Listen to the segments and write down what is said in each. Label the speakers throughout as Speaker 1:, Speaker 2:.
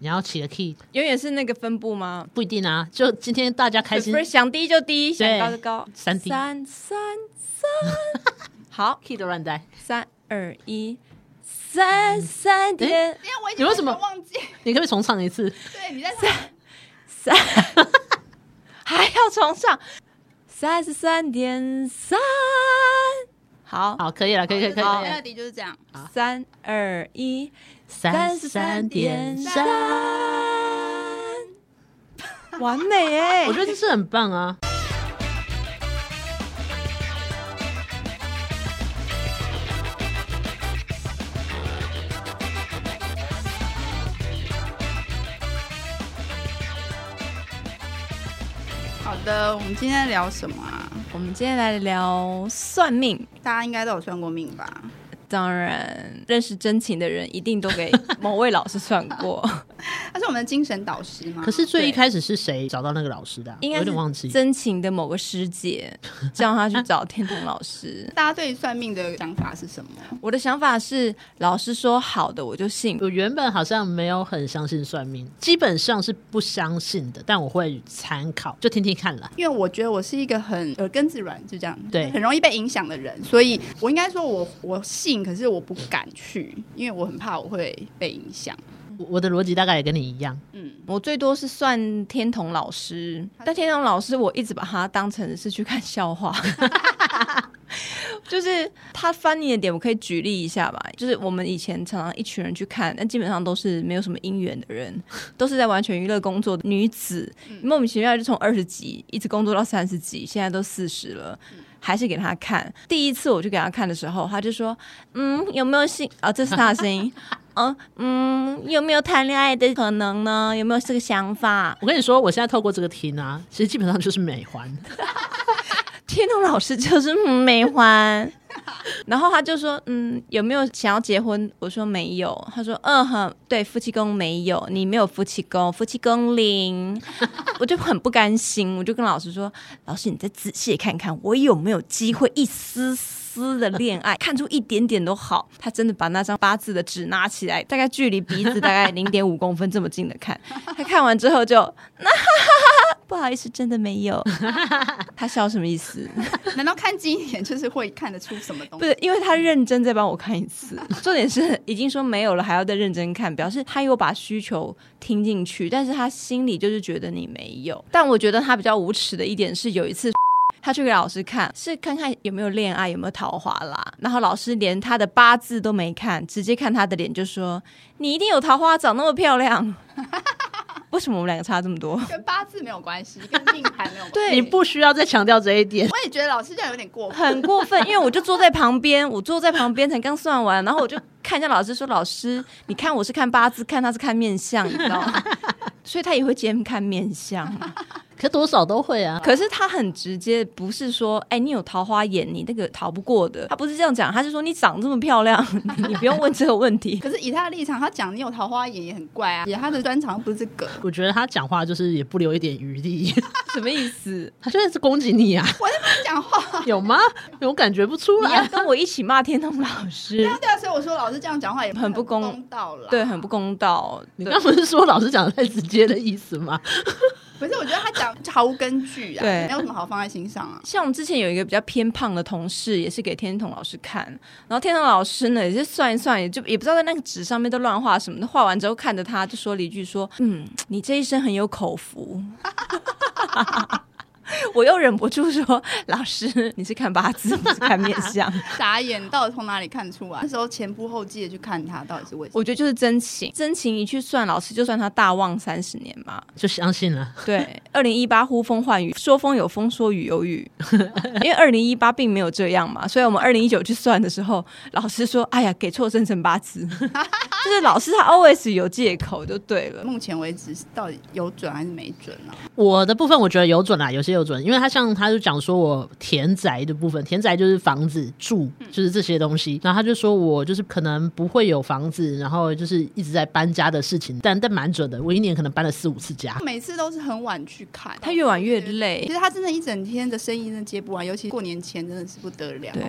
Speaker 1: 你要起的 key
Speaker 2: 永远是那个分布吗？
Speaker 1: 不一定啊。就今天大家开心
Speaker 2: 不是想低就低，想
Speaker 1: 对
Speaker 2: 高就高，
Speaker 1: 三低
Speaker 2: 三三三，好，
Speaker 1: key 都乱带，
Speaker 2: 三二一，三三点
Speaker 3: 等一下我已
Speaker 1: 你
Speaker 3: 经
Speaker 1: 为什么
Speaker 3: 忘记？
Speaker 1: 你可不可以重唱一 次？
Speaker 3: 对，你在三
Speaker 2: 三， 还要重上，三十三点三，好，
Speaker 1: 好，可以了，可以，可以，可以
Speaker 2: 好
Speaker 1: 可以。
Speaker 3: 那底就是这样。
Speaker 2: 三二一，
Speaker 1: 三十三点三，
Speaker 2: 完美哎、
Speaker 1: 我觉得这是很棒啊。
Speaker 3: 好的，我们今天聊什么啊？
Speaker 2: 我们今天来聊算命。
Speaker 3: 大家应该都有算过命吧？
Speaker 2: 当然，认识真情的人一定都给某位老师算过，
Speaker 3: 他是我们的精神导师吗？。
Speaker 1: 可是最
Speaker 2: 对
Speaker 1: 一开始是谁找到那个老师的啊？
Speaker 2: 应
Speaker 1: 我
Speaker 2: 该
Speaker 1: 有点忘
Speaker 2: 是
Speaker 1: 记。
Speaker 2: 真情的某个师姐叫他去找天童老师
Speaker 3: 大家对于算命的想法是什么？
Speaker 2: 我的想法是，老师说好的我就信，
Speaker 1: 我原本好像没有很相信算命，基本上是不相信的，但我会参考，就听听看啦。
Speaker 3: 因为我觉得我是一个很耳根子软，就这样，
Speaker 1: 对
Speaker 3: 很容易被影响的人，所以我应该说我我信，可是我不敢去，因为我很怕我会被影响。
Speaker 1: 我我的逻辑大概也跟你一样，
Speaker 3: 嗯，
Speaker 2: 我最多是算天童老师，但天童老师我一直把他当成是去看笑话。 就是他翻你的点，我可以举例一下吧。就是我们以前常常一群人去看，但基本上都是没有什么姻缘的人， 都是在完全娱乐工作的女子，莫名其妙就从二十几一直工作到三十几，现在都四十了，还是给他看。第一次我去给他看的时候，他就说：“嗯，有没有性啊、这是他的声音。 嗯嗯，有没有谈恋爱的可能呢？有没有这个想法？
Speaker 1: 我跟你说，我现在透过这个听啊，其实基本上就是美环，
Speaker 2: 天童老师就是嗯没还。 然后他就说，嗯，有没有想要结婚？我说没有。他说，嗯哼，对，夫妻宫没有，你没有夫妻宫，夫妻宫零。 我就很不甘心，我就跟老师说，老师你再仔细看看，我有没有机会一丝丝的恋爱，看出一点点都好。他真的把那张八字的纸拿起来，大概距离鼻子大概零点五公分这么近的看。他看完之后就， 那哈哈哈哈，不好意思，真的没有。他笑什么意思？
Speaker 3: 难道看近一点就是会看得出什么东
Speaker 2: 不
Speaker 3: 西？
Speaker 2: 是，因为他认真再帮我看一 次。重点是已经说没有了，还要再认真看，表示他有把需求听进去，但是他心里就是觉得你没有。但我觉得他比较无耻的一点是，有一次。 他去给老师看，是看看有没有恋爱，有没有桃花啦。然后老师连他的八字都没看，直接看他的脸就说：“你一定有桃花，长那么漂亮。” 为什么我们两个差这么多？
Speaker 3: 跟八字没有关系，跟命盘没有关系。
Speaker 2: 对
Speaker 1: 你不需要再强调这一点。
Speaker 3: 我也觉得老师这样有点过分。
Speaker 2: 很过分，因为我就坐在旁边，我坐在旁边才刚算完，然后我就看一下老师说：“老师，你看我是看八字，看他是看面相，你知道吗？”所以他也会兼看面相，
Speaker 1: 可多少都会啊。
Speaker 2: 可是他很直接，不是说“哎、你有桃花眼，你那个逃不过的”，他不是这样讲，他是说“你长这么漂亮，你你不用问这个问题
Speaker 3: 可是以他的立场，他讲你有桃花眼也很怪啊，也他的专长不是这个。
Speaker 1: 我觉得他讲话就是也不留一点余地，”，
Speaker 2: 什么意思？
Speaker 1: 他就一直攻击你啊，
Speaker 3: 我在那边讲话，
Speaker 1: 有吗？我感觉不出
Speaker 2: 你要
Speaker 1: 来。
Speaker 2: 跟我一起骂天童老师
Speaker 3: 对啊，，对啊，所以我说老师这样讲话也
Speaker 2: 很不公
Speaker 3: 公道啦。
Speaker 2: 对，很不公道。
Speaker 1: 你
Speaker 2: 对
Speaker 1: 刚不是说老师讲的太直接的意思吗？
Speaker 3: 可是我觉得他讲毫无根据啊，
Speaker 2: 对
Speaker 3: 没有什么好放在心上啊。
Speaker 2: 像我们之前有一个比较偏胖的同事，也是给天童老师看，然后天童老师呢，也是算一算，也就也不知道在那个纸上面都乱画什么的，画完之后看着他就说了一句说：“嗯，你这一生很有口福。”我又忍不住说：“老师，你是看八字，不是看面相。”
Speaker 3: 傻眼，到底从哪里看出来？那时候前仆后继的去看他，到底是为什么？
Speaker 2: 我觉得就是真情，真情一去算，老师就算他大旺三十年嘛。
Speaker 1: 就相信了，
Speaker 2: 对，二零一八呼风唤雨，说风有风，说雨有雨，因为二零一八并没有这样嘛，所以我们二零一九去算的时候，老师说：“哎呀，给错生辰八字。”就是老师他 always 有借口就对了。
Speaker 3: 目前为止到底有准还是没准呢、啊？
Speaker 1: 我的部分我觉得有准啦，有些有六准，因为他像他就讲说我田宅的部分，田宅就是房子住，就是这些东西。然后他就说我就是可能不会有房子，然后就是一直在搬家的事情，但但蛮准的，我一年可能搬了四五次家。
Speaker 3: 每次都是很晚去看，啊
Speaker 2: 他越晚越
Speaker 3: 其
Speaker 2: 累。
Speaker 3: 实他真的一整天的生意真的接不完，尤其过年前真的是不得了。
Speaker 2: 对，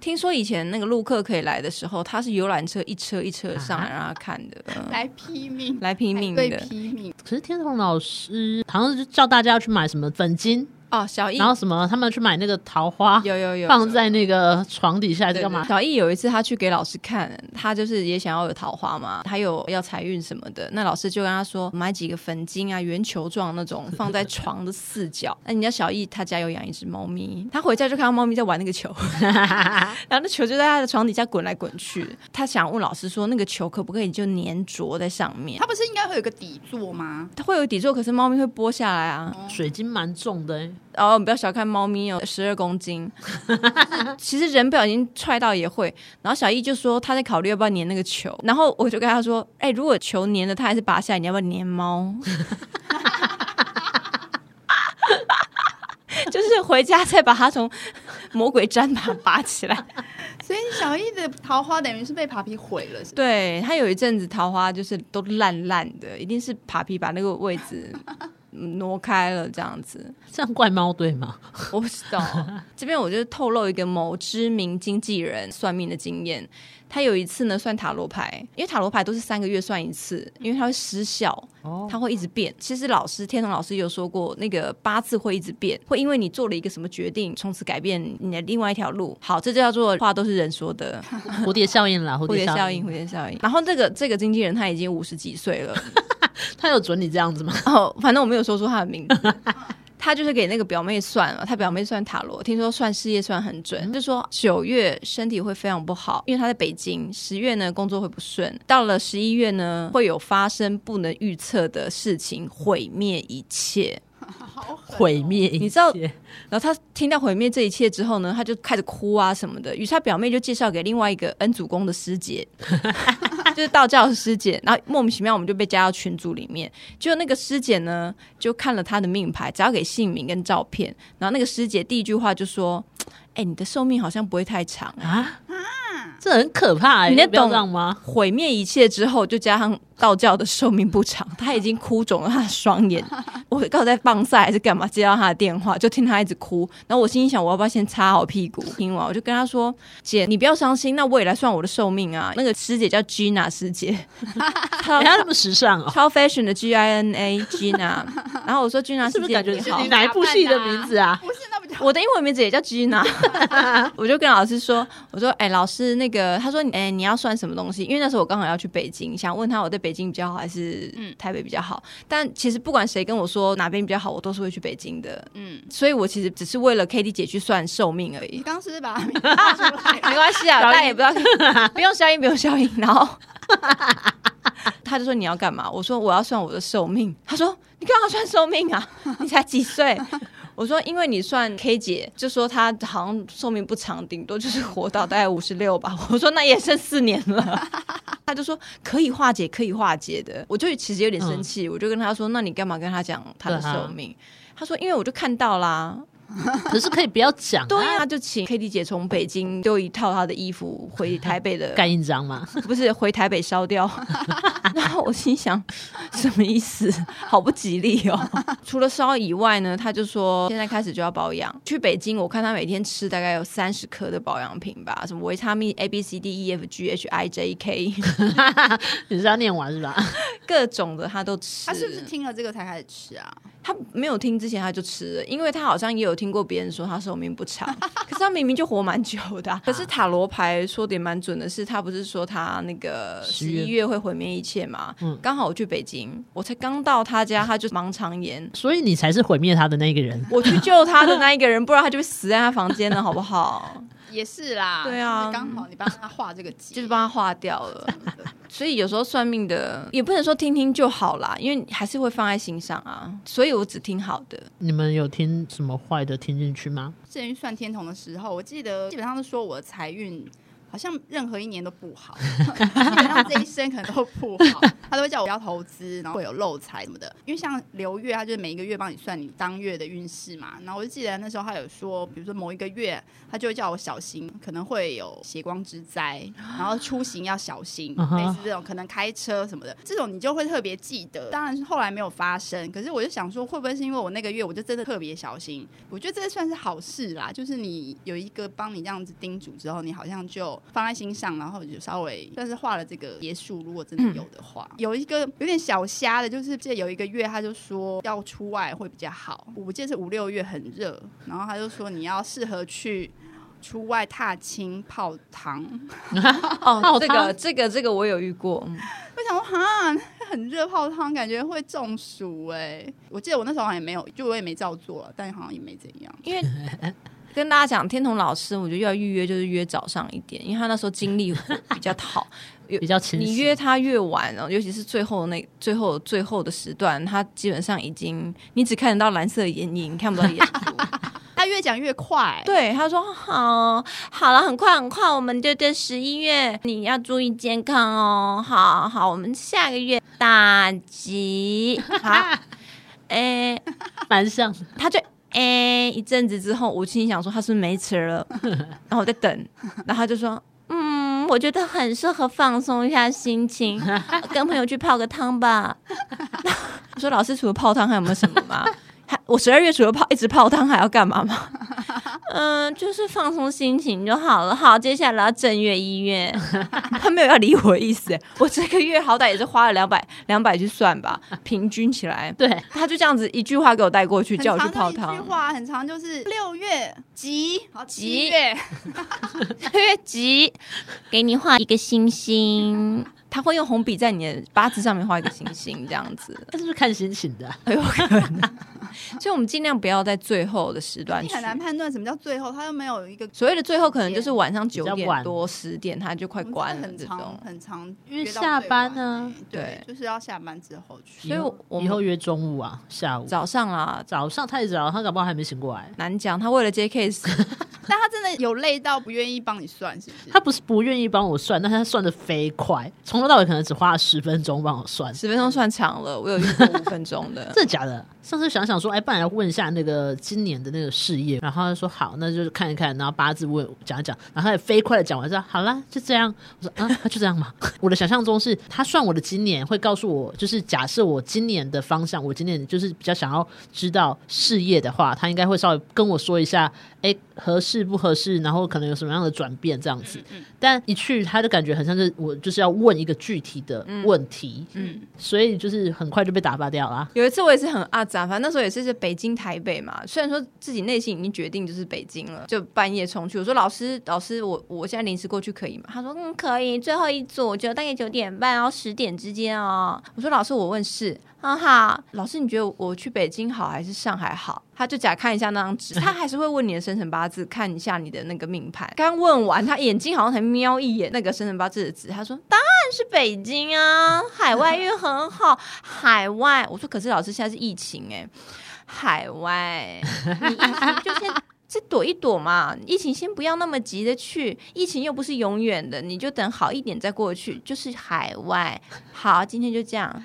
Speaker 2: 听说以前那个陆客可以来的时候，他是游览车一车一车上来让他看的，嗯
Speaker 3: 来批命，
Speaker 2: 来拼命
Speaker 3: 对
Speaker 2: 的。
Speaker 3: 批 命
Speaker 1: 可是天童老师好像就叫大家去买什么粉晶，
Speaker 2: 哦，小易
Speaker 1: 然后什么他们去买那个桃花，
Speaker 2: 有有有
Speaker 1: 放在那啊个床底下还是
Speaker 2: 对
Speaker 1: 干嘛？
Speaker 2: 小易有一次他去给老师看，他就是也想要有桃花嘛，他有要财运什么的。那老师就跟他说，买几个粉晶啊，圆球状那种，放在床的四角。那人家小易他家有养一只猫咪，他回家就看到猫咪在玩那个球， 然后那球就在他的床底下滚来滚去。他想问老师说，那个球可不可以就粘着在上面
Speaker 3: 他？不是应该会有个底座吗？
Speaker 2: 它会有底座，可是猫咪会剥下来啊。
Speaker 1: 水晶蛮重的、欸，
Speaker 2: 哦，不要小看猫咪哦，十二公 斤。就是其实人不小心踹到也会。然后小易就说他在考虑要不要粘那个球，然后我就跟他说：“哎、如果球粘了，他还是拔下来，你要不要粘 猫？”就是回家再把它从魔鬼毡把它拔起来。
Speaker 3: 所以小易的桃花等于是被扒皮毁了，是吧
Speaker 2: 对他有一阵子桃花就是都烂烂的，一定是爬皮把那个位置嗯挪开了这样子。
Speaker 1: 这样怪猫对 吗？
Speaker 2: 我不知道，这边我就透露一个某知名经纪人算命的经验。他有一次呢算塔罗牌，因为塔罗牌都是三个月算一次，因为它会失效，
Speaker 1: 哦
Speaker 2: 它会一直变。其实老师天童老师有说过，那个八字会一直变，会因为你做了一个什么决定，从此改变你的另外一条路。好，这就叫做话都是人说的，
Speaker 1: 蝴蝶效应啦，蝴
Speaker 2: 蝴
Speaker 1: 蝶
Speaker 2: 蝶效
Speaker 1: 效
Speaker 2: 应，
Speaker 1: 应
Speaker 2: 蝴，蝶效应。然后这个这个经纪人他已经五十几岁了，
Speaker 1: 他有准你这样子 吗？
Speaker 2: 哦，反正我没有说出他的名字。他就是给那个表妹算了，他表妹算塔罗，听说算事业算很准，就说九月身体会非常不好，因为他在北京；十月呢工作会不顺，到了十一月呢会有发生不能预测的事情，毁灭一切。
Speaker 3: 好狠哦
Speaker 1: 毁灭一切，
Speaker 2: 你知道然后他听到毁灭这一切之后呢，他就开始哭啊什么的。于是他表妹就介绍给另外一个恩主公的师姐，就是道教的师姐。然后莫名其妙我们就被加到群组里面。结果那个师姐呢，就看了他的命牌，只要给姓名跟照片。然后那个师姐第一句话就说：“哎、你的寿命好像不会太长、啊。”
Speaker 1: 啊？这很可怕、欸，
Speaker 2: 你在
Speaker 1: 不要
Speaker 2: 懂
Speaker 1: 这样吗？
Speaker 2: 毁灭一切之后，就加上道教的寿命不长，他已经哭肿了他的双眼。 我刚好在棒赛还是干嘛，接到他的电话，就听他一直哭。然后我心里想，我要不要先擦好屁股？听完我就跟他说：“姐，你不要伤心，那我也来算我的寿命啊。”那个师姐叫 Gina 师姐，
Speaker 1: 哎、
Speaker 2: 超
Speaker 1: 他那么时尚哦、
Speaker 2: 超 fashion 的 G I N A Gina。然后我说：“Gina
Speaker 1: 是
Speaker 2: 师
Speaker 1: 不是
Speaker 2: 姐
Speaker 1: 感觉
Speaker 2: 你
Speaker 1: 是
Speaker 2: 好。”
Speaker 1: 你哪一部戏的名字 啊？
Speaker 3: 不是那不叫
Speaker 2: 我的英文名字也叫 Gina，我就跟老师说，我说，哎、老师，那个，他说，哎、你要算什么东西？因为那时候我刚好要去北京，想问他我对北京比较好还是台北比较好。但其实不管谁跟我说哪边比较好，我都是会去北京的。
Speaker 3: 嗯，
Speaker 2: 所以我其实只是为了 k d 姐去算寿命而
Speaker 3: 你
Speaker 2: 已。
Speaker 3: 刚刚是不是把它名字打出
Speaker 2: 没
Speaker 3: 来？
Speaker 2: 关系啊，
Speaker 1: 小
Speaker 2: 大
Speaker 1: 英
Speaker 2: 家也不知道， 不用消音，不用消音。然 后他就说你要干嘛？我说我要算我的寿命。他说你干嘛算寿命啊？你才几岁？我说因为你算 K 姐，就说她好像寿命不长，顶多就是活到大概五十六吧。我说那也剩四年了。他就说可以化解，可以化解的。我就其实有点生气，我就跟他说，那你干嘛跟他讲他的
Speaker 1: 嗯对啊
Speaker 2: 寿命？他说因为我就看到啦，
Speaker 1: 可是可以不要讲、啊，
Speaker 2: 对呀、就请 K D 姐从北京丢一套她的衣服回台北 的，
Speaker 1: 盖印章嘛。
Speaker 2: 不是回台北烧掉。然后我心想，什么意思？好不吉利哦。 除了烧以外呢，她就说现在开始就要保养。去北京，我看她每天吃大概有三十颗的保养品吧，什么维他命 A B C D E F G H I J K，
Speaker 1: 你是要念完是吧？
Speaker 2: 各种的她都吃。
Speaker 3: 他是不是听了这个才开始吃啊？
Speaker 2: 他没有听之前他就吃了，因为他好像也有听过别人说他寿命不 长，可是他明明就活蛮久的啊、可是塔罗牌说的也蛮准的是，他不是说他那个
Speaker 1: 十
Speaker 2: 十
Speaker 1: 月
Speaker 2: 一月会毁灭一切嘛
Speaker 1: 嗯？
Speaker 2: 刚、好我去北京，我才刚到他家，他就盲肠炎。
Speaker 1: 所以你才是毁灭他的那个人。
Speaker 2: 我去救他的那一个人，不然他就会死在他房间了，好不好？
Speaker 3: 也是啦，
Speaker 2: 对啊
Speaker 3: 就是刚好你帮他画这个结，
Speaker 2: 就是帮他化掉了。 所以有时候算命的也不能说听听就好啦，因为还是会放在心上啊。所以我只听好的。
Speaker 1: 你们有听什么坏的听进去吗？
Speaker 3: 之前去算天童的时候，我记得基本上是说我的财运好像任何一年都不好， 基本上这一生可能都不好。 他都会叫我不要投资，然后会有漏财什么的。因为像流月，他就是每一个月帮你算你当月的运势嘛。然后我就记得那时候他有说，比如说某一个月，他就会叫我小心，可能会有血光之灾，然后出行要小心，
Speaker 1: 嗯哼
Speaker 3: 类似这种可能开车什么的，这种你就会特别记得。当然是后来没有发生，可是我就想说，会不会是因为我那个月我就真的特别小心？我觉得这算是好事啦，就是你有一个帮你这样子叮嘱之后，你好像就放在心上，然后就稍微算是画了这个结束。如果真的
Speaker 1: 嗯
Speaker 3: 有的话，有一个有点小瞎的，就是记得有一个月他就说要出外会比较好，我记得是五六月很热，然后他就说你要适合去。出外踏青泡汤，
Speaker 1: 泡
Speaker 2: 哦，这个
Speaker 1: 汤
Speaker 2: 这个这个我有遇过，嗯
Speaker 3: 我想说哈，很热泡汤，感觉会中暑哎、我记得我那时候好像也没有，就我也没照做了，但好像也没怎样。
Speaker 2: 因为跟大家讲，天童老师，我觉得要预约就是约早上一点，因为他那时候精力比较好。
Speaker 1: 比较清晰。
Speaker 2: 你约他越晚哦，尤其是最后那最后最后的时段，他基本上已经你只看得到蓝色的眼影，看不到眼珠。
Speaker 3: 他越讲越快、
Speaker 2: 对，他说好，好了，很快很快，我们就在十一月，你要注意健康哦。好好，我们下个月大吉。好，哎、
Speaker 1: 蛮像的，
Speaker 2: 他就哎、一阵子之后，我心里想说他是不是没吃了，然后我在等，然后他就说。嗯，我觉得很适合放松一下心情，跟朋友去泡个汤吧。 我说老师，除了泡汤还有没有什么吗？还我十二月除了泡一直泡汤还要干嘛吗？嗯、就是放松心情就好了。好，接下来要正月一月，他没有要理我的意思。欸我这个月好歹也是花了两百两百去算吧，平均起来，
Speaker 1: 对，
Speaker 2: 他就这样子一句话给我带过去，
Speaker 3: 很
Speaker 2: 叫我去
Speaker 3: 长的
Speaker 2: 泡
Speaker 3: 一句
Speaker 2: 汤。
Speaker 3: 话很长，就是六月急，好
Speaker 2: 急
Speaker 3: 七月，
Speaker 2: 越急，给你画一个星星，他会用红笔在你的八字上面画一个星星，这样 子
Speaker 1: 但是不是看心情的啊、
Speaker 2: 很有可能。所以我们尽量不要在最后的时段
Speaker 3: 你
Speaker 2: 去。
Speaker 3: 很难判断什么叫最后，他又没有一个
Speaker 2: 所谓的最后，可能就是晚上九
Speaker 1: 较
Speaker 2: 点
Speaker 1: 晚
Speaker 2: 多十点，他就快
Speaker 3: 嗯我们真的
Speaker 2: 关了
Speaker 3: 很
Speaker 2: 这
Speaker 3: 长
Speaker 2: 种。
Speaker 3: 很长，
Speaker 1: 因为下班呢、
Speaker 3: 约到最晚欸，对，就是要下班之后去。
Speaker 2: 所以我我
Speaker 1: 以后
Speaker 2: 们
Speaker 1: 约中午啊，下午
Speaker 2: 早上啦，
Speaker 1: 早上太早，他搞不好还没醒过来。
Speaker 2: 难讲。他为了接 case，
Speaker 3: 但他真的有累到不愿意帮你算，是不是
Speaker 1: 他？不是不愿意帮我算，但他算的飞快，从头到尾可能只花了十分钟帮我算。
Speaker 2: 十分钟算长了，我有遇过五分钟的。
Speaker 1: 真的假的？上次想想说，哎，不然来问一下那个今年的那个事业，然后他说好，那就是看一看，然后八字问讲一讲，然后他也飞快的讲完说好啦，就这样。我说啊，就这样嘛。 我的想象中是他算我的今年，会告诉我，就是假设我今年的方向，我今年就是比较想要知道事业的话，他应该会稍微跟我说一下，哎，合适不合适，然后可能有什么样的转变这样子。但一去他就感觉很像是我就是要问一个具体的问题，嗯，所以就是很快就被打发掉了啊。
Speaker 2: 有一次我也是很阿杂，反正那时候也是在北京、台北嘛。虽然说自己内心已经决定就是北京了，就半夜冲去。我说老师，老师，我我现在临时过去可以吗？他说嗯可以，最后一组就大概九点半然后十点之间哦。我说老师，我问是，哈哈，老师你觉得我去北京好还是上海好？他就假看一下那张纸，他还是会问你的生辰八字，看一下你的那个命盘。刚问完，他眼睛好像才瞄一眼那个生辰八字的纸，他说是北京啊，海外运很好。啊海外，我说可是老师现在是疫情哎、海外，你疫情就先再躲一躲嘛，疫情先不要那么急着去，疫情又不是永远的，你就等好一点再过去，就是海外。好，今天就这样，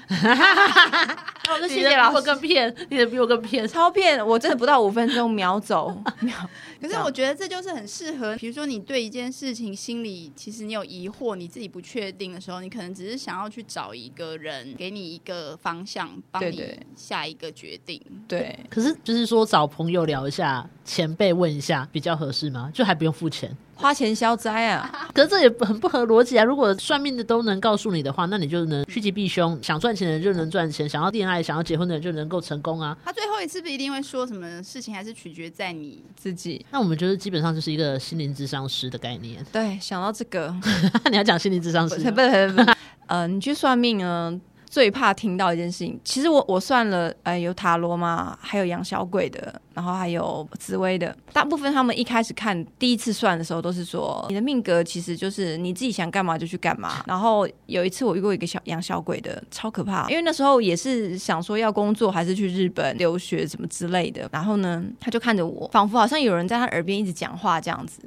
Speaker 1: 哦，那
Speaker 2: 谢谢老师
Speaker 1: 我更骗，你的比我更骗。
Speaker 2: 超骗，我真的不到五分钟秒走，秒。
Speaker 3: 可是我觉得这就是很适合，比如说你对一件事情心里其实你有疑惑，你自己不确定的时候，你可能只是想要去找一个人给你一个方向，帮
Speaker 2: 对
Speaker 3: 你
Speaker 2: 对
Speaker 3: 下一个决定。
Speaker 2: 对。
Speaker 1: 可是就是说找朋友聊一下，前辈问一下比较合适吗？就还不用付钱。
Speaker 2: 花钱消灾啊！
Speaker 1: 可是这也不很不合逻辑啊！如果算命的都能告诉你的话，那你就能趋吉避凶，想赚钱的人就能赚钱，想要恋爱、想要结婚的人就能够成功啊！
Speaker 3: 他最后一次不一定会说什么事情，还是取决在你。
Speaker 2: 自己
Speaker 1: 那我们就是基本上就是一个心灵智商师的概念。
Speaker 2: 对想到这个，
Speaker 1: 你要讲心灵智商
Speaker 2: 不
Speaker 1: 师
Speaker 2: 是不是不是， 呃，你去算命呢，最怕听到一件事情。其实我我算了，呃，有塔罗嘛，还有养小鬼的，然后还有紫薇的。大部分他们一开始看第一次算的时候，都是说你的命格其实就是你自己想干嘛就去干嘛。然后有一次我遇过一个小养小鬼的，超可怕，因为那时候也是想说要工作还是去日本留学什么之类的。然后呢，他就看着我，仿佛好像有人在他耳边一直讲话这样子。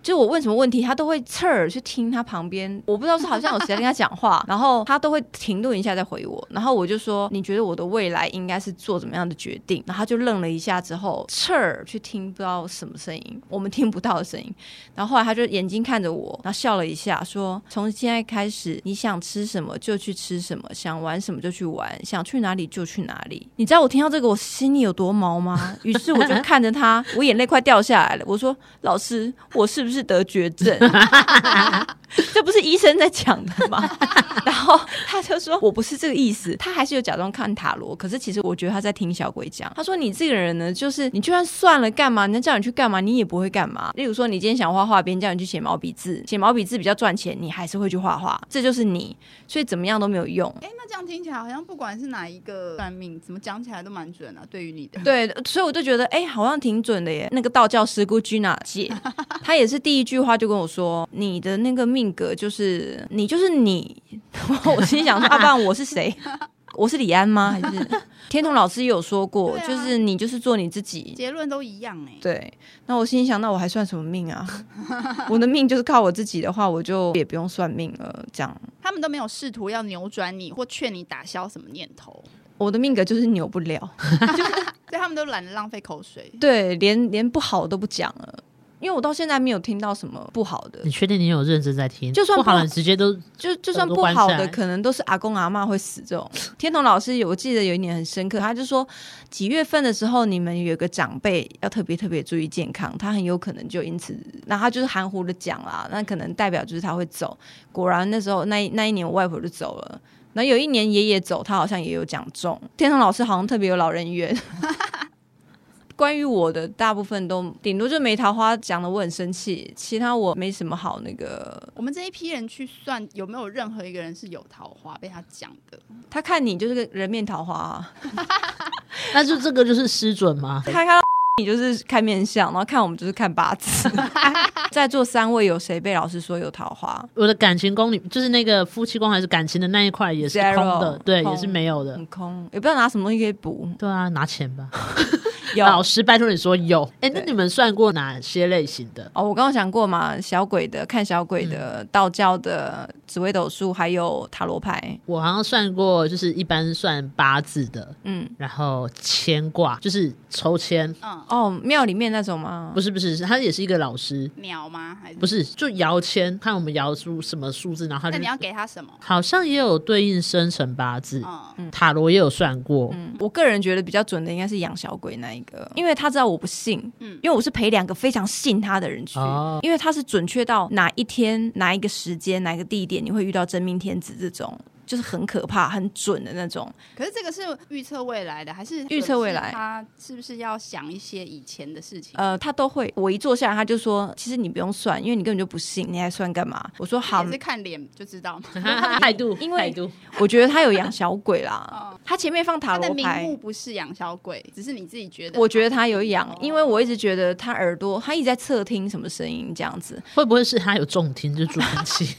Speaker 2: 就我问什么问题，他都会侧耳去听他旁边，我不知道是好像有谁在跟他讲话， 然后他都会停顿一下再回我，然后我就说你觉得我的未来应该是做怎么样的决定？然后他就愣了一下之后，侧耳去听不知道什么声音，我们听不到的声音，然后后来他就眼睛看着我，然后笑了一下，说从现在开始你想吃什么就去吃什么，想玩什么就去玩，想去哪里就去哪里。你知道我听到这个我心里有多毛吗？于是我就看着他，我眼泪快掉下来了，我说老师，我是不是得绝 症？这不是医生在讲的 吗？然后他就说我不是这个意思，他还是有假装看塔罗，可是其实我觉得他在听小鬼讲。他说你这个人呢，就是你就算算了干嘛，人家叫你去干嘛，你也不会干嘛。例如说你今天想画画，别人叫你去写毛笔字，写毛笔字比较赚钱，你还是会去画画，这就是你，所以怎么样都没有用。
Speaker 3: 哎、那这样听起来好像不管是哪一个算命，怎么讲起来都蛮准啊。对于你 的，
Speaker 2: 对，所以我就觉得，哎、好像挺准的耶。那个道教师姑 Gina 姐，她也是第一句话就跟我说：“你的那个命格就是你，就是你。” 我心想说：“啊，不然我是谁？我是李安吗？还是 天童老师也有说过，
Speaker 3: 对啊
Speaker 2: 就是你就是做你自己。”
Speaker 3: 结论都一样哎、
Speaker 2: 对，那我心里想，那我还算什么命啊？ 我的命就是靠我自己的话，我就也不用算命了。这样，
Speaker 3: 他们都没有试图要扭转你或劝你打消什么念头，
Speaker 2: 我的命格就是扭不了。
Speaker 3: 所以他们都懒得浪费口水。
Speaker 2: 对，连连不好都不讲了，因为我到现在没有听到什么不好的
Speaker 1: 你。确定你有认真在听？
Speaker 2: 就算
Speaker 1: 不
Speaker 2: 不
Speaker 1: 好了，你直接都
Speaker 2: 就就
Speaker 1: 耳
Speaker 2: 算
Speaker 1: 朵
Speaker 2: 不
Speaker 1: 关
Speaker 2: 好
Speaker 1: 起
Speaker 2: 的，
Speaker 1: 来
Speaker 2: 可能都是阿公阿妈会死这种。天童老师有，我记得有一年很深刻，他就说几月份的时候，你们有个长辈要特别特别注意健康，他很有可能就因此，那他就是含糊的讲啦，那可能代表就是他会走。果然那时候那一那一年我外婆就走了。然后有一年爷爷走，他好像也有讲中。天童老师好像特别有老人缘。关于我的大部分都顶多就没桃花讲的我很生气，其他我没什么好那个
Speaker 3: 我们这一批人去算有没有任何一个人是有桃花被他讲的？
Speaker 2: 他看你就是个人面桃花、啊，
Speaker 1: 那就这个就是失准 吗？
Speaker 2: 他看到你就是看面相，然后看我们就是看八字。 在座三位有谁被老师说有桃花？
Speaker 1: 我的感情宫里就是那个夫妻宫还是感情的那一块也是
Speaker 2: Zero，
Speaker 1: 空的，对，
Speaker 2: 空
Speaker 1: 也是没有的
Speaker 2: 很。空，也不知道拿什么东西可以补。
Speaker 1: 对啊，拿钱吧，
Speaker 2: 有
Speaker 1: 老师，拜托你说有。哎、那
Speaker 2: 对
Speaker 1: 你们算过哪些类型的？
Speaker 2: 哦，我刚刚讲过嘛，小鬼的、看小鬼的、
Speaker 1: 嗯
Speaker 2: 道教的、紫微斗数，还有塔罗牌。
Speaker 1: 我好像算过，就是一般算八字的，
Speaker 2: 嗯，
Speaker 1: 然后牵挂就是抽签，
Speaker 3: 嗯，
Speaker 2: 哦，庙里面那种吗
Speaker 1: 不？是不是，是他也是一个老师，
Speaker 3: 鸟吗？还是
Speaker 1: 不？是就摇签，看我们摇出什么数字，然后
Speaker 3: 那
Speaker 1: 他
Speaker 3: 你
Speaker 1: 就
Speaker 3: 要给他什么？
Speaker 1: 好像也有对应生辰八字，
Speaker 3: 嗯，
Speaker 1: 塔罗也有算过，
Speaker 2: 嗯我个人觉得比较准的应该是养小鬼那一个，因为他知道我不信，
Speaker 3: 嗯
Speaker 2: 因为我是陪两个非常信他的人去，
Speaker 1: 哦
Speaker 2: 因为他是准确到哪一天、哪一个时间、哪一个地点你会遇到真命天子这种。就是很可怕、很准的那种，
Speaker 3: 可是这个是预测未来的，还是
Speaker 2: 预测未来
Speaker 3: 他是不是要想一些以前的事情？
Speaker 2: 呃，他都会。我一坐下来，他就说：“其实你不用算，因为你根本就不信，你还算干嘛？”我说：“好
Speaker 3: 也，是看脸就知 道嘛。
Speaker 1: 态 度，
Speaker 2: 因为
Speaker 1: 态度，
Speaker 2: 我觉得他有养小鬼啦。他前面放塔
Speaker 3: 哦他的
Speaker 2: 罗
Speaker 3: 名
Speaker 2: 牌
Speaker 3: 目，不是养小鬼，只是你自己觉得。
Speaker 2: 我觉得他有养，
Speaker 3: 哦
Speaker 2: 因为我一直觉得他耳朵，他一直在侧听什么声音这样子。
Speaker 1: 会不会是他有重听，就是助听 器？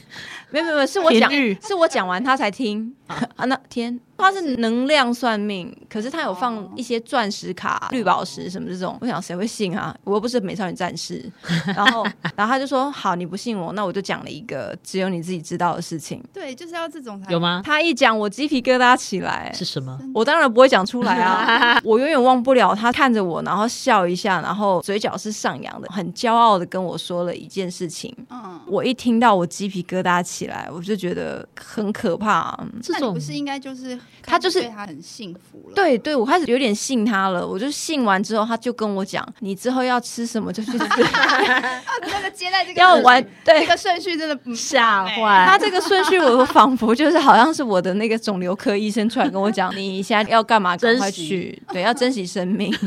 Speaker 2: 没有没有没有，是我讲
Speaker 1: 频率，
Speaker 2: 是我讲完他才听 啊。那天他是能量算命，可是他有放一些钻石卡、绿宝石什么这种，我想谁会信啊？我又不是美少女战士。 然后，然后他就说：“好，你不信我，那我就讲了一个只有你自己知道的事情。
Speaker 3: 对，就是要这种才
Speaker 1: 有？吗？
Speaker 2: 他一讲，我鸡皮疙瘩起来。
Speaker 1: 是什么？
Speaker 2: 我当然不会讲出来 啊！我永远忘不了他看着我，然后笑一下，然后嘴角是上扬的，很骄傲的跟我说了一件事情。
Speaker 3: 嗯，
Speaker 2: 我一听到我鸡皮疙瘩起来，我就觉得很可怕。
Speaker 1: 这
Speaker 3: 那你
Speaker 1: 种
Speaker 3: 不是应该就是
Speaker 2: 他就是
Speaker 3: 对他很幸福了？，
Speaker 2: 对对，我开始有点信他了。我就信完之后，他就跟我讲：“你之后要吃什么就去吃，
Speaker 3: 那个接待这个
Speaker 2: 要玩。”
Speaker 3: 这
Speaker 2: 对，
Speaker 3: 个顺序真的不
Speaker 1: 吓
Speaker 2: 他
Speaker 1: 坏，
Speaker 2: 这个顺序，我仿佛就是好像是我的那个肿瘤科医生出来跟我讲：“你现在要干嘛？赶
Speaker 1: 珍
Speaker 2: 快
Speaker 1: 惜
Speaker 2: 去，对，要珍惜生命。”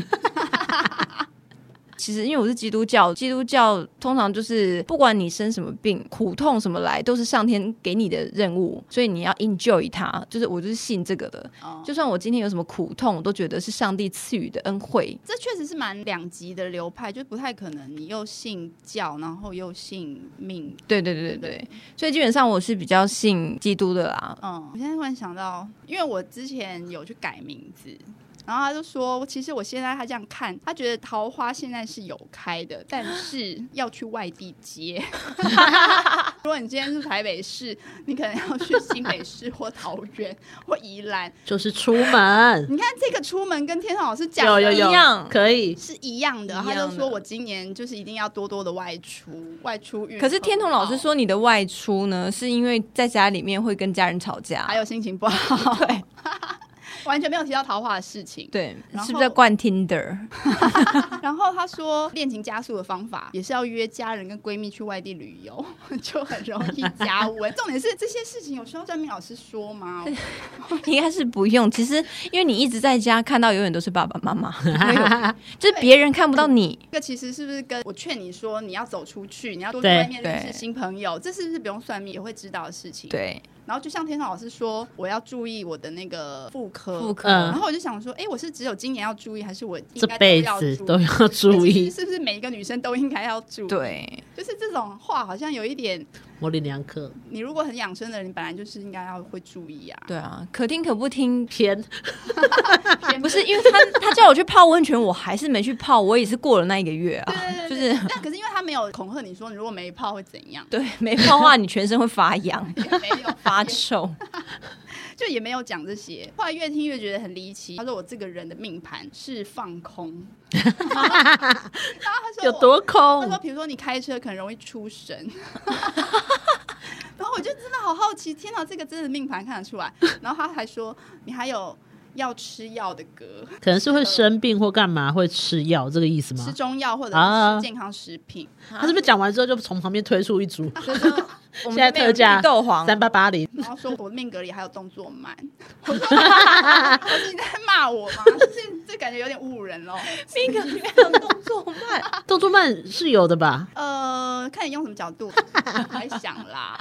Speaker 2: 其实因为我是基督教，基督教通常就是不管你生什么病、苦痛什么来，都是上天给你的任务，所以你要 enjoy 它。就是我就是信这个的，
Speaker 3: 哦
Speaker 2: 就算我今天有什么苦痛，我都觉得是上帝赐予的恩惠。
Speaker 3: 这确实是蛮两极的流派，就不太可能你又信教，然后又信命。
Speaker 2: 对对对对对，所以基本上我是比较信基督的啦。
Speaker 3: 嗯，我现在突然想到，因为我之前有去改名字。然后他就说，其实我现在他这样看，他觉得桃花现在是有开的，但是要去外地接。 如果你今天是台北市，你可能要去新北市或桃园或宜兰。
Speaker 1: 就是出门
Speaker 3: 你看这个出门跟天童老师讲
Speaker 1: 有
Speaker 3: 的
Speaker 1: 有有
Speaker 2: 一样
Speaker 1: 可以，
Speaker 3: 是一样的，
Speaker 2: 一样
Speaker 3: 他
Speaker 2: 的
Speaker 3: 就说我今年就是一定要多多的外出，外出运动。哦
Speaker 2: 可是天童老师说你的外出呢，是因为在家里面会跟家人吵架，
Speaker 3: 还有心情不好，对， 完全没有提到桃花的 事情。
Speaker 2: 对，
Speaker 3: 然后
Speaker 2: 是不是在灌 Tinder？
Speaker 3: 然后他说，恋情加速的方法也是要约家人跟闺蜜去外地旅游， 就很容易加 温。重点是这些事情有需要专明老师说吗？
Speaker 2: 应该是不用。其实因为你一直在家看到，永远都是爸爸 妈妈，没有就是别人看不到你。
Speaker 3: 这个其实是不是跟我劝你说你要走出去，你要多去
Speaker 1: 对
Speaker 3: 外面认识
Speaker 2: 对
Speaker 3: 新朋友，这是不是不用算命也会知道的事情？。
Speaker 2: 对，
Speaker 3: 然后就像天童老师说，我要注意我的那个妇科，
Speaker 2: 妇科
Speaker 1: 嗯
Speaker 3: 然后我就想说，哎，我是只有今年要注意，还是我应
Speaker 1: 这
Speaker 3: 该
Speaker 1: 辈
Speaker 3: 要
Speaker 1: 子
Speaker 3: 注
Speaker 1: 都
Speaker 3: 意？
Speaker 1: 要注
Speaker 3: 诶其
Speaker 1: 意
Speaker 3: 实。是不是每一个女生都应该要注意？，
Speaker 2: 对，
Speaker 3: 就是这种话好像有一点，
Speaker 1: 模棱两可，
Speaker 3: 你如果很养生的人，你本来就是应该要会注意啊。
Speaker 2: 对啊，可听可不听。
Speaker 1: 偏
Speaker 2: 不是因为他他叫我去泡温泉，我还是没去泡，我也是过了那一个月啊，
Speaker 3: 对对对
Speaker 2: 就
Speaker 3: 对
Speaker 2: 是
Speaker 3: 但可是因为他没有恐吓你说，你如果没泡会怎样，、
Speaker 2: 对没泡的话，你全身会发痒
Speaker 3: 也没有
Speaker 2: 发臭。
Speaker 3: 就也没有讲这些。后来越听越觉得很离奇。他说我这个人的命盘是放空， 然后他说
Speaker 1: 有
Speaker 3: 我
Speaker 1: 多
Speaker 3: 他说，
Speaker 1: 空？
Speaker 3: 比如说你开车可能容易出神。 然后我就真的好好奇，天哪，这个真的命盘看得出来。然后他还说，你还有要吃药的歌，
Speaker 1: 可能是会生病或干嘛会吃药，这个意思
Speaker 3: 吃
Speaker 1: 吗？
Speaker 3: 中药或者
Speaker 1: 啊
Speaker 3: 是吃健康食品。
Speaker 1: 他是不是讲完之后就从旁边推出一株？
Speaker 2: 所以说
Speaker 1: 现
Speaker 2: 我们
Speaker 1: 在
Speaker 2: 这边
Speaker 1: 特价
Speaker 2: 有绿豆 黄，
Speaker 1: 三八八零，
Speaker 3: 然后说我命格里还有动作慢，我说我说你在骂我吗？就是这感觉有点侮辱人哦喽。
Speaker 2: 那个里面有动作慢，
Speaker 1: 动作慢是有的吧？
Speaker 3: 呃，看你用什么角度来想啦。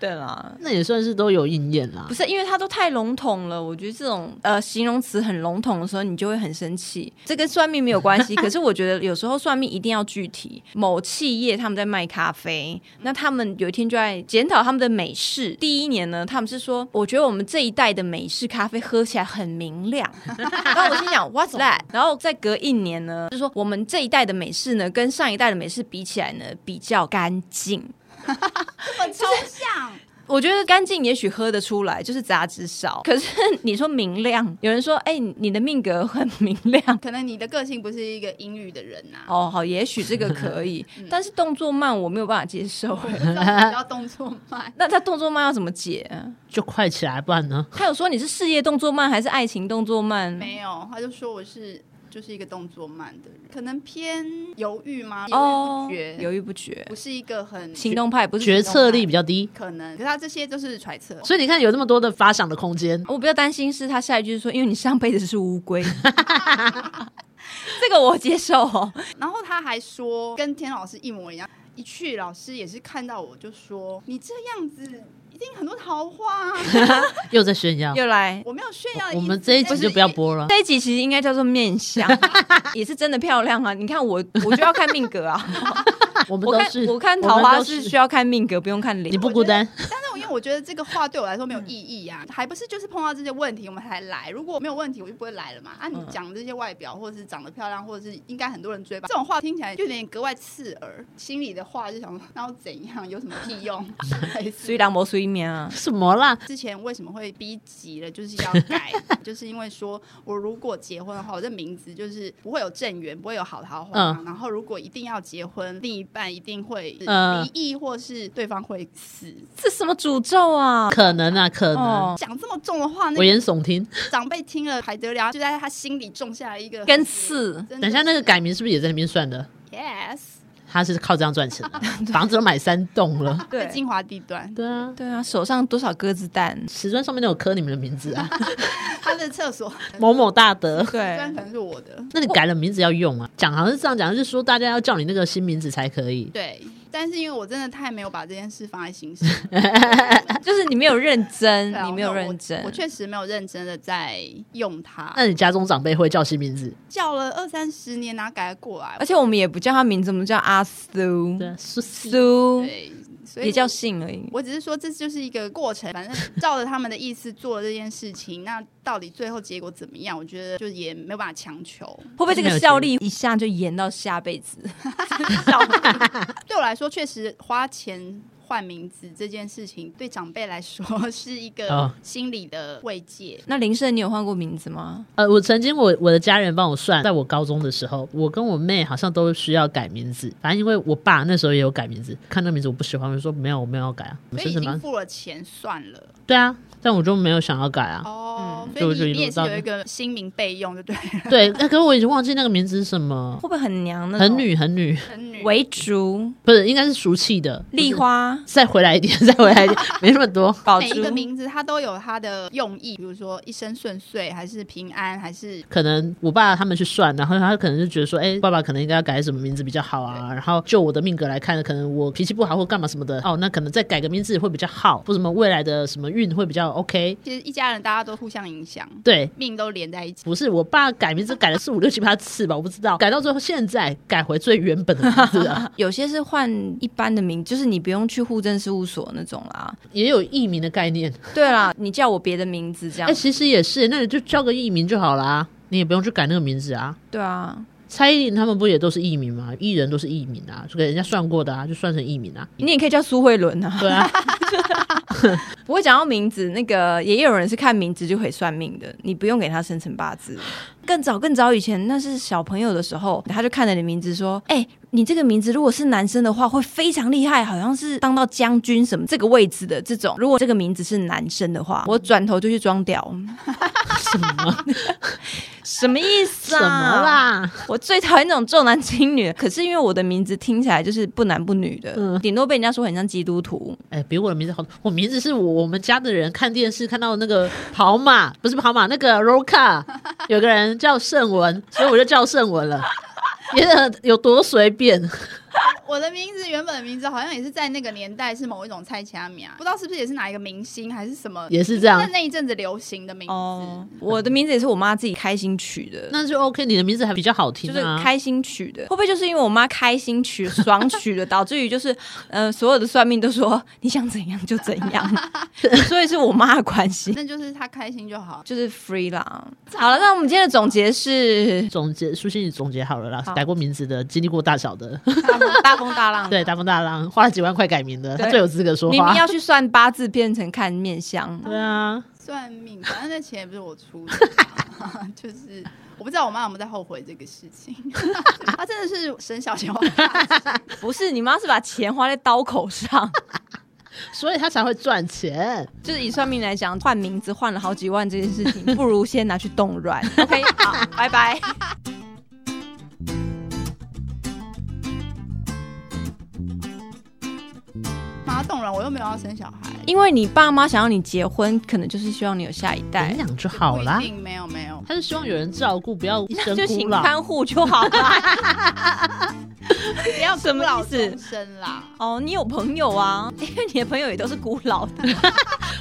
Speaker 2: 对啦。
Speaker 1: 那也算是都有应验啦
Speaker 2: 不。是，因为它都太笼统了。我觉得这种呃形容词很笼统的时候，你就会很生气。这跟算命没有关系，可是我觉得有时候算命一定要具体。某企业他们在卖咖啡，那他们有一天就在检讨他们的美式。第一年呢，他们是说，我觉得我们这一代的美式咖啡喝起来很明亮。然后我心想 What's that？然后再隔一年呢，就说我们这一代的美式呢，跟上一代的美式比起来呢，比较干净。
Speaker 3: 我超像，
Speaker 2: 我觉得干净也许喝得出来，就是杂质少。可是你说明亮， 有人说，哎、你的命格很明亮。
Speaker 3: 可能你的个性不是一个阴郁的人呐、
Speaker 2: 哦，好，也许这个可 以，
Speaker 3: 嗯
Speaker 2: 但是动作慢我没有办法接受。
Speaker 3: 我不知道你要动作慢。
Speaker 2: 那他动作慢要怎么解？
Speaker 1: 就快起来，不然呢？
Speaker 2: 他有说你是事业动作慢还是爱情动作慢？
Speaker 3: 没有，他就说我是就是一个动作慢的人，可能偏犹豫吗？
Speaker 2: 哦
Speaker 3: 犹豫，不决，
Speaker 2: 犹豫不决，
Speaker 3: 不是一个很
Speaker 2: 行动派不是
Speaker 1: 决
Speaker 2: 行动派
Speaker 1: 策力比较低，
Speaker 3: 可能，可是他这些都是揣测。
Speaker 1: 所以你看有那么多的发想的空间。
Speaker 2: 我比较担心是他下一句说，因为你上辈子是 乌龟， 这个我接受哦。
Speaker 3: 然后他还说跟田老师一模一样，一去老师也是看到我就说你这样子。一定很多桃花、啊，
Speaker 1: 又在炫耀。
Speaker 2: 又来，
Speaker 3: 我没有炫耀的意思。
Speaker 1: 我们这一集
Speaker 3: 但是
Speaker 1: 就不要播 了。
Speaker 2: 这一集其实应该叫做面相，也是真的漂亮啊！你看我，我就要看命格啊。
Speaker 1: 我们
Speaker 2: 我
Speaker 1: 都
Speaker 2: 看
Speaker 1: 是，
Speaker 2: 我看桃花是需
Speaker 1: 炫，
Speaker 2: 要看命格，不用看脸。
Speaker 1: 你不孤单，
Speaker 3: 但是我因为我觉得这个话对我来说没
Speaker 1: 嗯
Speaker 3: 有意义啊，还不是就是碰到这些问题我们才来。如果没有问题，我就不会来了嘛。啊，
Speaker 1: 嗯
Speaker 3: 你讲这些外表，或者是长得漂亮，或者是应该很多人追吧，这种话听起来就有点格外刺耳。心里的话就想说，那又怎样？有什么屁 用？类似
Speaker 2: 虽然我睡眠啊，
Speaker 1: 什么啦？
Speaker 3: 之前为什么会逼急了，就是要改，就是因为说我如果结婚的话，我这名字就是不会有正缘，不会有好桃花。
Speaker 1: 嗯
Speaker 3: 然后如果一定要结婚，另一半一定会
Speaker 1: 嗯
Speaker 3: 离异，或是对方会死。
Speaker 2: 这什么诅咒啊？
Speaker 1: 可能啊，可能。
Speaker 2: 哦，
Speaker 3: 讲这么重的话，那
Speaker 1: 危言耸听。
Speaker 3: 长辈听了还得了？就在他心里种下了一个
Speaker 2: 根。刺，
Speaker 3: 真的
Speaker 1: 等一下，那个改名是不是也在那边算的？
Speaker 3: 是 yes，
Speaker 1: 他是靠这样赚钱的，房子都买三栋了。
Speaker 3: 在
Speaker 2: 对
Speaker 3: 精华地段，
Speaker 1: 对啊，
Speaker 2: 对啊，手上多少鸽子蛋？
Speaker 1: 瓷砖上面都有刻你们的名字啊。
Speaker 3: 他的厕所
Speaker 1: 某某大德。
Speaker 3: 虽
Speaker 2: 对
Speaker 3: 然可能是我的，
Speaker 1: 那你改了名字要用啊？讲好像是这样讲，就是说大家要叫你那个新名字才可以。
Speaker 3: 对，但是因为我真的太没有把这件事放在 心上，
Speaker 2: 就是你没有认真
Speaker 3: 对，啊
Speaker 2: 你没有
Speaker 3: 我
Speaker 2: 认真嗯
Speaker 3: 我，确实没有认真的在用它，
Speaker 1: 那你家中长辈会叫新名字？
Speaker 3: 叫了二三十年哪改得过来？
Speaker 2: 而且我们也不叫他名字，我们叫阿苏
Speaker 1: 对，啊苏苏。
Speaker 2: 苏，
Speaker 3: 对，所以
Speaker 2: 也叫姓而已。
Speaker 3: 我只是说，这就是一个过程，反正照着他们的意思做这件事情，那到底最后结果怎么样？我觉得就也没有办法强求。
Speaker 2: 会不会这
Speaker 1: 没有
Speaker 2: 个
Speaker 1: 觉得
Speaker 2: 效力一下就延到下辈子？
Speaker 3: 到底对我来说，确实花钱换名字这件事情，对长辈来说 是一个
Speaker 1: 啊
Speaker 3: 心理的慰藉。
Speaker 2: 那林胜，你有换过名字吗？
Speaker 1: 呃，我曾经我我的家人帮我算，在我高中的时候，我跟我妹好像都需要改名字。反正因为我爸那时候也有改名字，看那名字我不喜欢，我就说没有，我没有要改啊。我
Speaker 3: 所
Speaker 1: 是
Speaker 3: 以已
Speaker 1: 什
Speaker 3: 经
Speaker 1: 么？
Speaker 3: 付了钱算了
Speaker 1: 对啊，但我就没有想要改啊。
Speaker 3: 哦，
Speaker 1: 就
Speaker 3: 所以
Speaker 1: 就一
Speaker 3: 你
Speaker 1: 路
Speaker 3: 你也是
Speaker 1: 到
Speaker 3: 有一个新名备用，就对了。
Speaker 1: 对，那可是我已经忘记那个名字是什么
Speaker 2: 会，不会很娘 那种？
Speaker 1: 很女很女，
Speaker 3: 很女
Speaker 2: 为竹、
Speaker 1: 不是应该是俗气的
Speaker 2: 丽。花、
Speaker 1: 就是再回来一点， 再回来一点，没那么多。
Speaker 2: 宝
Speaker 3: 每一
Speaker 2: 珠
Speaker 3: 个。名字它都有它的用意，比如说一生顺遂，还是平安，还是
Speaker 1: 可能我爸他们去算，然后他可能就觉得说，哎、爸爸可能应该要改什么名字比较好啊。然后就我的命格来看，可能我脾气不好或干嘛什么的，哦，那可能再改个名字会比较好，或什么未来的什么运会比较 OK。
Speaker 3: 其实一家人大家都互相影响，
Speaker 1: 对，
Speaker 3: 命都连在一起。
Speaker 1: 不是我爸改名字改了四五六 七八次吧，我不知道，改到最后现在改回最原本的名字啊了。
Speaker 2: 有些是换一般的名，就是你不用去户政事务所那种啦。
Speaker 1: 也有艺名的概念，
Speaker 2: 对啦，你叫我别的名字这
Speaker 1: 哎、
Speaker 2: 样。
Speaker 1: 其实也是，那你就叫个艺名就好啦，你也不用去改那个名字啊。
Speaker 2: 对啊，
Speaker 1: 蔡依林他们不也都是艺名吗？艺人都是艺名啊，就给人家算过的啊，就算成艺名啊。
Speaker 2: 你也可以叫苏慧伦啊。
Speaker 1: 对啊，
Speaker 2: 不过讲到名字，那个也有人是看名字就可以算命的，你不用给他生辰八字。更早更早以前，那是小朋友的时候，他就看着你名字说：“哎、你这个名字如果是男生的话，会非常厉害，好像是当到将军什么这个位置的这种。如果这个名字是男生的话，我转头就去装屌。”
Speaker 1: 什么
Speaker 2: 什么意思
Speaker 1: 什
Speaker 2: 啊？
Speaker 1: 么？啦？
Speaker 2: 我最讨厌那种重男轻女的。可是因为我的名字听起来就是不男不女
Speaker 1: 嗯
Speaker 2: 的，顶、多被人家说很像基督徒。
Speaker 1: 哎、比我的名字好多。我名字是我我们家的人看电视看到那个跑马， 不是跑马，那个 Roca，有个人叫盛文，所以我就叫盛文 了。也有多随便，
Speaker 3: 我的名字原本的名字好像也是在那个年代是某一种菜掐名，啊不知道是不是也是哪一个明星还是什么，
Speaker 1: 也是这样
Speaker 3: 那，那一阵子流行的名字。
Speaker 2: 哦，我的名字也是我妈自己开心取的。
Speaker 1: 那就 OK。你的名字还比较好听
Speaker 2: 就是
Speaker 1: 啊。
Speaker 2: 开心取的，会不会就是因为我妈开心取、爽取的，导致于就是，呃，所有的算命都说你想怎样就怎样， 所以是我妈的关系，
Speaker 3: 那就是他开心就好。
Speaker 2: 就是 free 啦。好了，那我们今天的总结是
Speaker 1: 总结，舒心你总结好了啦
Speaker 2: 好。
Speaker 1: 改过名字的，经历过大小的，
Speaker 2: 大风大风大 浪，
Speaker 1: 对，大风大浪，花了几万块改名的，
Speaker 2: 对
Speaker 1: 他最有资格说
Speaker 2: 明明
Speaker 1: 话。
Speaker 2: 要去算八字，变成看面相。
Speaker 1: 对啊，
Speaker 3: 算命，反正那钱也不是我出的，啊 就是我不知道我妈有没有在后悔这个事 情。她真的是省小 钱花大钱，
Speaker 2: 不是，你妈是把钱花在刀口上。
Speaker 1: 所以他才会赚钱。
Speaker 2: 就是以算命来讲，换名字换了好几万这件事情，不如先拿去冻卵。OK，好， 拜拜。
Speaker 3: 妈冻卵，我又没有要生小孩，
Speaker 2: 因为你爸妈想要你结婚，可能就是希望你有下一代
Speaker 1: 领，养就好啦
Speaker 3: 不一。定没有没有。
Speaker 1: 他是希望有人照顾，不 要一生孤
Speaker 2: 就请
Speaker 1: 老。
Speaker 2: 看护就好 了。
Speaker 3: 不要
Speaker 2: 什么
Speaker 3: 孤老
Speaker 2: 意思
Speaker 3: 终身啦。
Speaker 2: 哦，你有朋友啊， 因为你的朋友也都是古老的，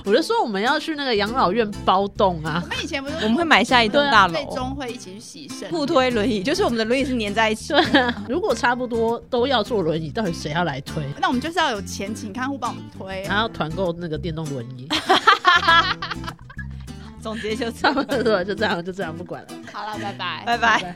Speaker 1: 我就说我们要去那个养老院包栋啊
Speaker 3: 我，们以前不是
Speaker 2: 我们会买下一栋大
Speaker 3: 最
Speaker 2: 楼，
Speaker 3: 终会一起去洗肾，
Speaker 2: 互推轮椅，就是我们的轮椅是粘在一起的。
Speaker 1: 如果差不多都要坐轮椅，到底谁要来推？
Speaker 3: 那我们就是要有钱，请看护帮我们推。
Speaker 1: 然后团购那个电动轮 椅，
Speaker 2: 总结就这
Speaker 1: 差
Speaker 2: 样
Speaker 1: 不，多就这样，就这样，不管了。
Speaker 3: 好了，拜拜。
Speaker 2: 拜拜。